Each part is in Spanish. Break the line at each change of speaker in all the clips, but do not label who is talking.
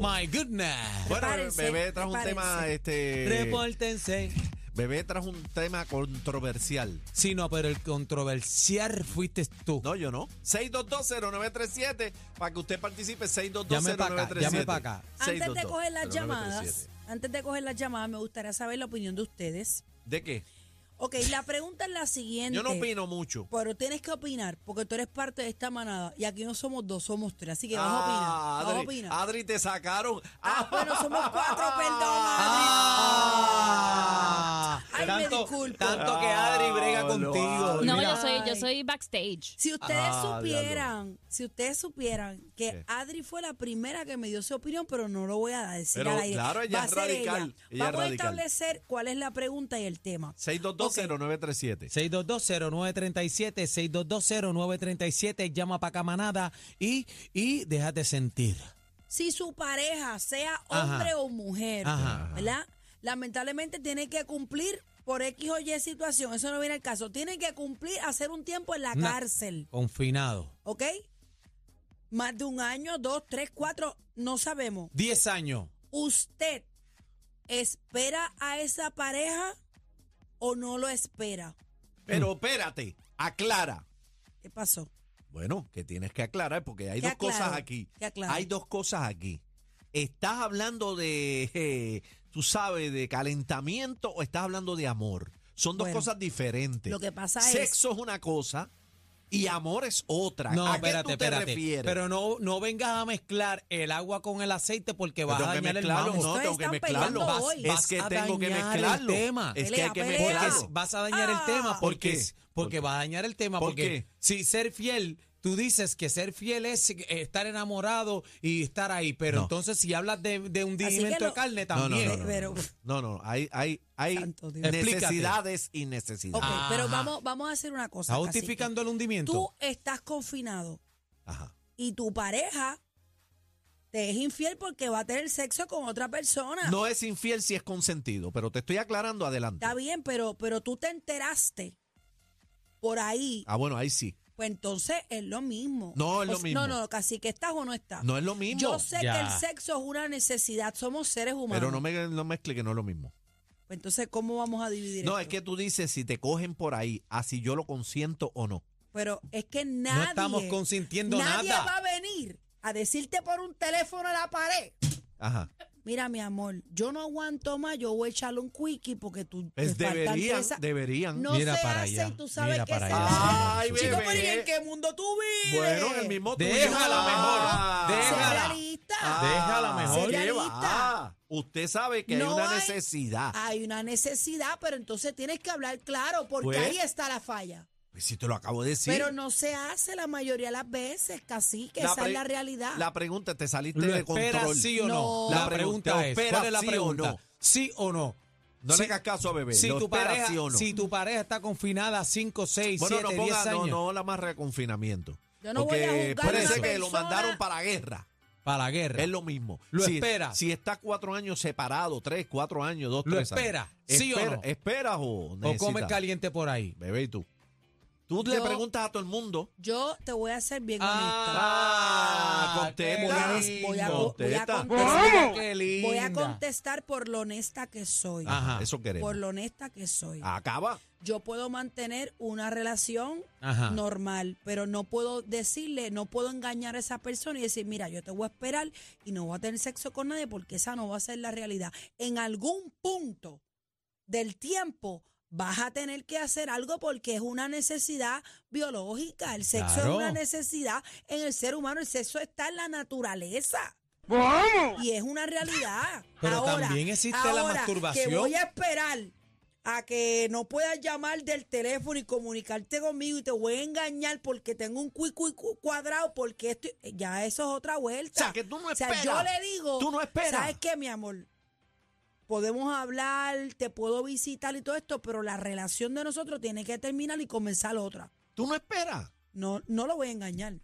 my goodness.
Bueno,
Prepárense,
Oh. Bebé trajo un
prepárense.
tema, este...
Repórtense.
Bebé trajo un tema controversial.
Sí, no, pero el controversial fuiste tú.
No, yo no. 6220937 para que usted participe. 6220937.
Llame pa' acá, llame pa' acá.
Antes de coger las
622-0937.
llamadas, antes de coger las llamadas, me gustaría saber la opinión de ustedes.
¿De qué?
Ok, la pregunta es la siguiente.
Yo no opino mucho.
Pero tienes que opinar, porque tú eres parte de esta manada. Y aquí no somos dos, somos tres. Así que vas
Ah,
a opinar. Vas a
Adri,
opinar.
Adri, te sacaron.
Ah, bueno, somos cuatro, perdón, Adri.
Ah,
Ay, me
tanto,
disculpo.
tanto que Adri brega
Ah,
contigo.
lo
No,
Mira,
yo soy, yo
Ay.
soy backstage.
Si ustedes
Ah,
supieran, si ustedes supieran que
¿Qué?
Adri fue la primera que me dio su opinión, pero no lo voy a decir
Pero,
al aire.
claro, ella
Va a
es
ser
radical,
ella.
ella es
Vamos
radical.
a establecer cuál es la pregunta y el tema.
6220937.
6220937, 6220937, llama pa' acá manada y, y déjate sentir.
Si su pareja, sea
Ajá.
hombre o mujer,
Ajá.
¿verdad? Lamentablemente tiene que cumplir por X o Y situación, eso no viene al caso. Tiene que cumplir, hacer un tiempo en la
Na-
cárcel,
Confinado.
¿ok? Más de un año, dos, tres, cuatro, no sabemos.
10 años.
¿Usted espera a esa pareja o no lo espera?
Pero espérate, aclara.
¿Qué pasó?
Bueno, que tienes que aclarar porque hay
¿Qué
dos cosas
aclaro?
aquí.
¿Qué aclaro?
Hay dos cosas aquí. ¿Estás hablando de, eh, tú sabes, de calentamiento o estás hablando de amor? Son dos
Bueno,
cosas diferentes.
lo que pasa es-
Sexo es una cosa y amor es otra.
No,
¿A
espérate,
qué tú te
espérate.
refieres?
Pero no, no vengas a mezclar el agua con el aceite porque vas
tengo
a
que
dañar el
mezclarlo,
mambo.
no,
Ustedes
tengo que
están
mezclarlo.
peleando
Vas-
hoy.
es que
Vas a
tengo que
dañarlo.
mezclarlo.
tema.
Es que
Pelea,
hay que
pelea.
Porque
mezclarlo.
es- vas a dañar el
Ah.
tema
¿Por
porque,
qué?
es-
¿Por
porque
qué?
vas a dañar el tema.
¿Por
porque
qué?
si ser fiel, tú dices que ser fiel es eh, estar enamorado y estar ahí. Pero
No.
entonces si hablas de, de
Así
hundimiento
que
de
lo-
carne
No, no,
también.
no, no, no.
Pero-
No, no, hay, hay, hay
Santo Dios.
Explícate. Ah.
necesidades y
Ok,
necesidades.
pero
Ajá.
vamos, vamos a hacer una cosa.
¿Está
cacique.
justificando el hundimiento?
Tú estás confinado
Ajá.
y tu pareja te es infiel porque va a tener sexo con otra persona.
No es infiel si es consentido, pero te estoy aclarando adelante.
Está bien, pero, pero tú te enteraste por ahí.
Ah, bueno, ahí sí.
Pues entonces es lo mismo.
No, es lo
O sea,
mismo.
No, no, casi que estás o no estás.
No es lo mismo.
Yo sé
Ya.
que el sexo es una necesidad, somos seres humanos.
Pero no, me, no mezcle que no es lo mismo.
Pues Entonces, ¿cómo vamos a dividir
No,
esto?
es que tú dices si te cogen por ahí, a si yo lo consiento o no.
Pero es que nadie.
estamos consintiendo
nadie
nada.
va a venir a decirte por un teléfono a la pared.
Ajá.
Mira, mi amor, yo no aguanto más, yo voy a echarle un quickie porque tú.
Es
te faltan
deberían,
tres a-
deberían.
No
Mira
se
para
hace
allá,
y tú sabes
mira
que
para
se
allá.
da.
Ay,
Chico,
bebé.
pero ¿y en qué mundo tú vives?
Bueno, en el mismo tuyo.
Déjala
Ah.
mejor,
Sé
déjala.
realista.
Déjala mejor.
Sé
Oye,
realista.
va. Ah. Usted sabe que hay
No
una
hay- Ah.
necesidad.
Hay una necesidad, pero entonces tienes que hablar claro, porque
Pues-
ahí está la falla.
Pues si te lo acabo de decir.
Pero no se hace la mayoría de las veces, casi que esa
pre-
es la realidad.
La pregunta, te saliste
¿Lo
de
esperas
control.
sí o no?
No.
La pregunta es,
¿Opera
¿cuál es la
sí o
pregunta?
no?
¿Sí o no?
No
Sí.
le hagas caso a bebé.
Si
¿Lo
tu,
esperas
pareja,
sí o no?
si tu pareja está confinada 5, 6,
bueno,
7,
no
10
ponga, no,
años
no la amarre a confinamiento.
Yo no voy
porque
a juzgar
a
puede
una
ser que lo
persona-
mandaron para la guerra.
para la guerra.
Es lo mismo.
Lo
si,
espera.
Si está cuatro años separado, tres, cuatro años, dos,
Lo
tres años.
espera, ¿sí o
Espera-
no?
¿Esperas o
o
necesitas?
comes caliente por ahí.
Bebé, ¿y tú? Tú le
Yo-
preguntas a todo el mundo.
Yo te voy a ser bien
Ah,
Ah,
contesta.
qué
Voy a-
lindo.
voy a
Contesta.
contestar.
Qué
honesta. Voy a
linda.
contestar por lo honesta que soy.
Ah,
Ajá, Ah.
Ajá.
Eso queremos.
Por lo honesta que soy.
Acaba.
Yo puedo mantener una relación
Ajá.
normal, pero no puedo decirle, no puedo engañar a esa persona y decir, mira, yo te voy a esperar y no voy a tener sexo con nadie porque esa no va a ser la realidad. En algún punto del tiempo vas a tener que hacer algo porque es una necesidad biológica. El sexo
Claro.
es una necesidad en el ser humano. El sexo está en la naturaleza. Y es una realidad.
Pero
Ahora,
también existe la
ahora,
masturbación.
Que voy a esperar a que no puedas llamar del teléfono y comunicarte conmigo y te voy a engañar porque tengo un cui cui cu- cuadrado porque esto eh, ya eso es otra vuelta.
O sea, que tú no
O sea, yo
esperas.
le digo,
Tú no esperas.
¿Sabes qué, mi amor? Podemos hablar, te puedo visitar y todo esto, pero la relación de nosotros tiene que terminar y comenzar otra.
¿Tú no esperas?
No no lo voy a engañar.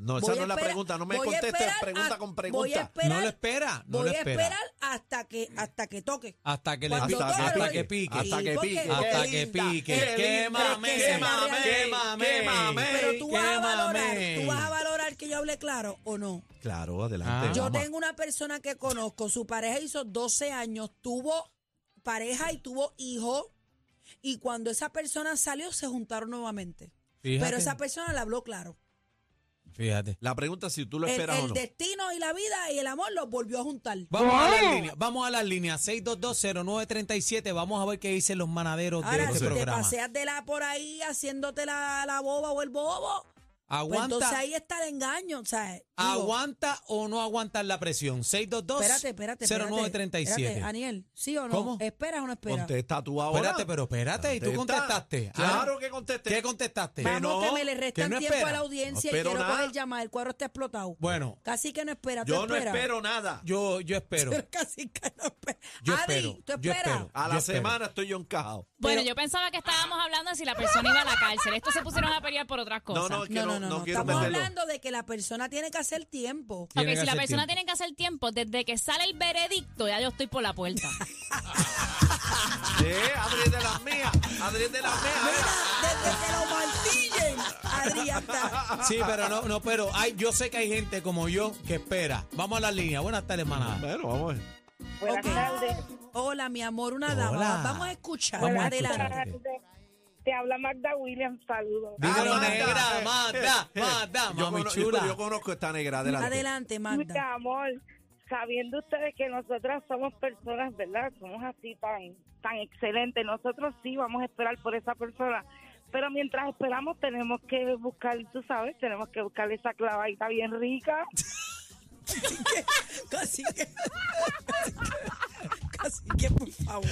No, esa
Voy
no
a
es la
esperar-
pregunta. No me
voy a
contestes
esperar
pregunta
a-
con
Voy a
pregunta.
esperar,
No lo espera, no
voy
lo
a
espera.
esperar hasta que hasta que toque.
Hasta que, le
Cuando
pique,
toque,
hasta
oye.
que pique.
Hasta que
porque-
pique.
Hasta
Qué
que
linda,
pique.
qué linda,
Quémame,
qué linda,
quémame,
quémame,
quémame.
Pero tú vas a valorar,
quémame.
tú vas a valorar que yo hablé claro o no?
Claro, adelante.
Ah.
Yo
vamos a-
tengo una persona que conozco, su pareja hizo 12 años, tuvo pareja y tuvo hijo, y cuando esa persona salió se juntaron nuevamente.
Fíjate,
Pero esa persona le habló claro.
fíjate.
La pregunta es si tú lo
El,
esperas
el
o no.
destino y la vida y el amor los volvió a juntar.
Vamos a las líneas, vamos a las líneas 6220937, vamos a ver qué dicen los manaderos de
Ahora,
este
si te
programa.
paseas de la por ahí haciéndote la, la boba o el bobo, pues
Aguanta,
entonces ahí está el engaño. O sea, digo,
aguanta o no aguantas la presión.
espérate,
622
espérate, espérate.
0937.
Espérate, Aniel, ¿sí o no?
¿Cómo?
¿Espera o no espera?
Contesta tú ahora.
Espérate, pero espérate, ¿y tú
Contesta.
contestaste?
Claro
Ah,
que contesté.
¿Qué contestaste?
Vamos
Que no,
que me le
que
restan
no
tiempo a
espera.
la audiencia
No
y
espero
quiero
nada.
coger llamada. El cuadro está explotado.
Bueno,
Casi que no espera. ¿tú
Yo no
esperas?
espero nada.
yo, yo espero.
Pero casi que no espera.
Yo
Adi,
espero,
¿tú
yo
esperas?
espero.
A
Yo
la
espero.
semana estoy yo encajado.
Bueno,
Pero-
yo pensaba que estábamos hablando de si la persona iba a la cárcel. Estos se pusieron a pelear por otras
No,
cosas.
no, es que
No,
no,
no, no, no.
quiero
Estamos
perderlo.
hablando de que la persona tiene que hacer tiempo.
Ok,
Tiene que
si la
hacer
persona
tiempo.
tiene que hacer tiempo, desde que sale el veredicto, ya yo estoy por la puerta.
Eh, Adrián de las mías. Adrián de las mías.
Mira,
mira.
desde que lo martillen, Adrián está.
Sí, pero no, no, pero hay, yo sé que hay gente como yo que espera. Vamos a las líneas. Buenas tardes, manada.
Bueno, vamos a ver.
Buenas
Ok.
tardes.
Hola, mi amor, una
Hola.
dama. Vamos a escuchar.
Vamos a
Adelante.
escuchar.
Buenas tardes. Te habla Magda Williams, saludos.
Dígalo,
Amanda.
negra, Amanda,
Eh, eh,
Amanda,
yo
mami
cono-
chula.
Yo, yo conozco esta negra, adelante.
Adelante, Magda.
Mira, amor, sabiendo ustedes que nosotras somos personas, ¿verdad? Somos así tan, tan excelentes. Nosotros sí vamos a esperar por esa persona. Pero mientras esperamos tenemos que buscar, tú sabes, tenemos que buscar esa clavadita bien rica.
Casi que. Casi que, por favor.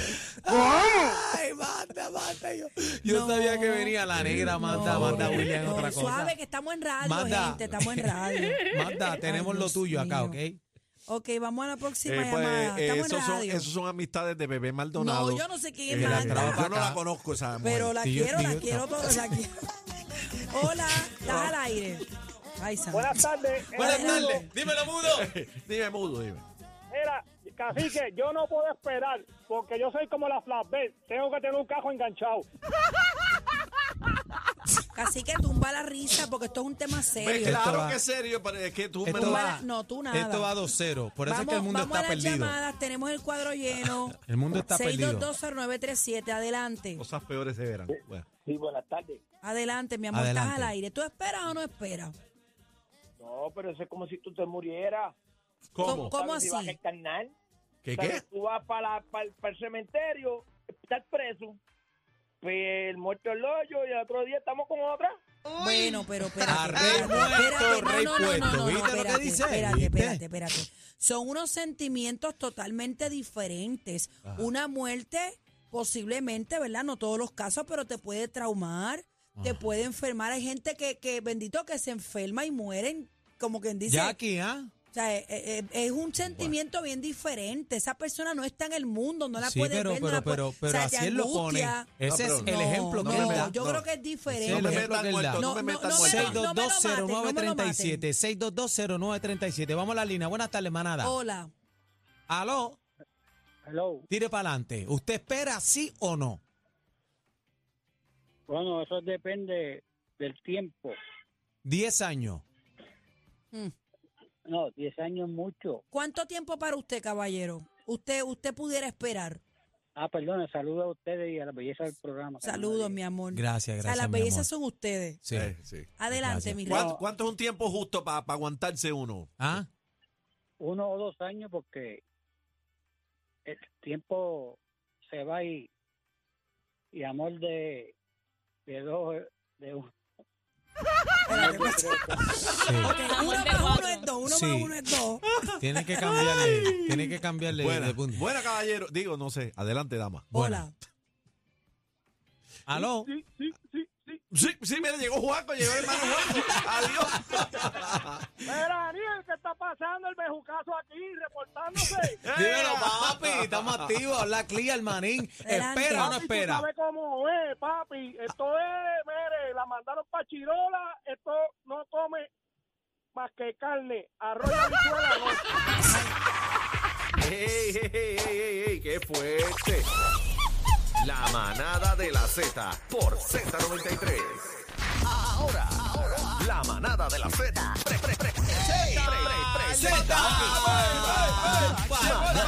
Ay, Amanda, Amanda. Yo, yo
No.
sabía que venía la negra, Amanda,
No,
Amanda Williams,
no,
otra cosa.
Suave, que estamos en radio,
Magda.
gente. Estamos en radio.
Magda, tenemos
Ay,
lo
Dios
tuyo acá, ¿ok?
mío. Ok, vamos a la próxima
Eh, pues,
llamada.
eh,
Estamos en
esos, son,
radio.
esos son amistades de Bebé Maldonado.
No, yo no sé quién es
Eh,
Magda.
la- Yo no
Acá.
la conozco esa mujer.
Pero la
Sí, yo-
quiero, la
yo-
quiero, todo, la quiero. Hola, estás al aire. Ay, Sandra.
Buenas tardes. Era
Eh,
Buenas
mudo.
tardes. Dímelo, mudo.
dime, mudo, dime.
Era, cacique, yo no puedo esperar porque yo soy como la flatbed. Tengo que tener un cajo enganchado.
Así que tumba la risa porque esto es un tema
Pues
serio.
Esto
claro
va-
que es serio, pero es que tú me
Esto
lo
va,
Tumba- no, tú nada.
Esto va 2-0. Por eso es que el mundo
vamos
está
a las
perdido.
llamadas, tenemos el cuadro lleno.
El mundo está perdido.
6220937, adelante.
Cosas peores de verano. Bueno.
Sí, buenas tardes.
Adelante, mi amor, estás
Adelante.
al aire. ¿Tú esperas o no esperas?
No, pero eso es como si tú te murieras.
¿Cómo?
¿Cómo
¿Sabes si
así?
vas a encarnar?
¿Qué
¿Sabes?
qué?
Tú vas para, para, el cementerio, estás preso. Pues el muerto el hoyo y el otro día estamos con otra.
Bueno, pero espérate.
Arrey muerto, rey puesto. ¿Viste lo que
espérate,
dice?
Espérate,
¿Viste?
espérate, espérate. Son unos sentimientos totalmente diferentes. Una muerte, posiblemente, ¿verdad? No todos los casos, pero te puede traumar, te puede enfermar. Hay gente que, que, bendito, que se enferma y mueren, como quien dice.
Jackie, ¿ah?
O sea, eh, eh, es un sentimiento bien diferente. Esa persona no está en el mundo, no la
sí,
puede
pero,
ver, no
pero,
la puede-
pero, pero
o sea, te
así él lo pone.
angustia.
Ese
No,
es
pero
el
No,
ejemplo que él
no,
da.
yo
no.
creo eh, que es
Ese
diferente.
es
No
el
me
ejemplo
metas
que él da.
muerto,
No,
no me
no,
metas
no me
muerto.
lo- no me lo maten, no me lo maten.
6220937, 6220937. Vamos a las líneas. Buenas tardes, manada.
Hola.
Aló,
Hello.
tire para adelante. ¿Usted espera sí o no?
Bueno, eso depende del tiempo.
10 años.
Mm.
No, 10 años mucho.
¿Cuánto tiempo para usted, caballero? Usted usted pudiera esperar.
Ah, perdón, saludo a ustedes y a la belleza del programa.
Saludos, mi amor.
Gracias,
O
gracias.
sea, las
mi amor.
bellezas son ustedes.
Sí.
Eh, sí.
Adelante,
Gracias.
mi rey.
¿Cuánto, cuánto es un tiempo justo para aguantarse uno?
¿Ah?
uno o dos años porque el tiempo se va y, y amor de, de dos de un-
Sí.
Ok, uno
Amor de
más uno
cuatro.
es dos, uno
Sí.
más uno es dos.
Tiene que cambiarle. tiene que cambiarle
Buena,
de punto.
buena, caballero. Digo, no sé. Adelante, dama.
Buena.
Hola.
Aló.
Sí, sí, mira, llegó Juanco, llegó el hermano Juanco. Adiós.
Pero Daniel, ¿qué está pasando el bejucazo aquí reportándose?
Dímelo, papi. Estamos activos. La clear, manín.
Adelante.
Espera o no
Papi, tú
espera.
sabes cómo es, papi. Esto es, mire, la mandaron para Chirola. Esto no come más que carne, arroz y habichuela, no.
¡Ey, ey, ey, ey, ey, ey! qué fuerte! La manada de la Z por Z93. Ahora, ahora, la manada de la Z. Pre- pre-
Z.
Presenta.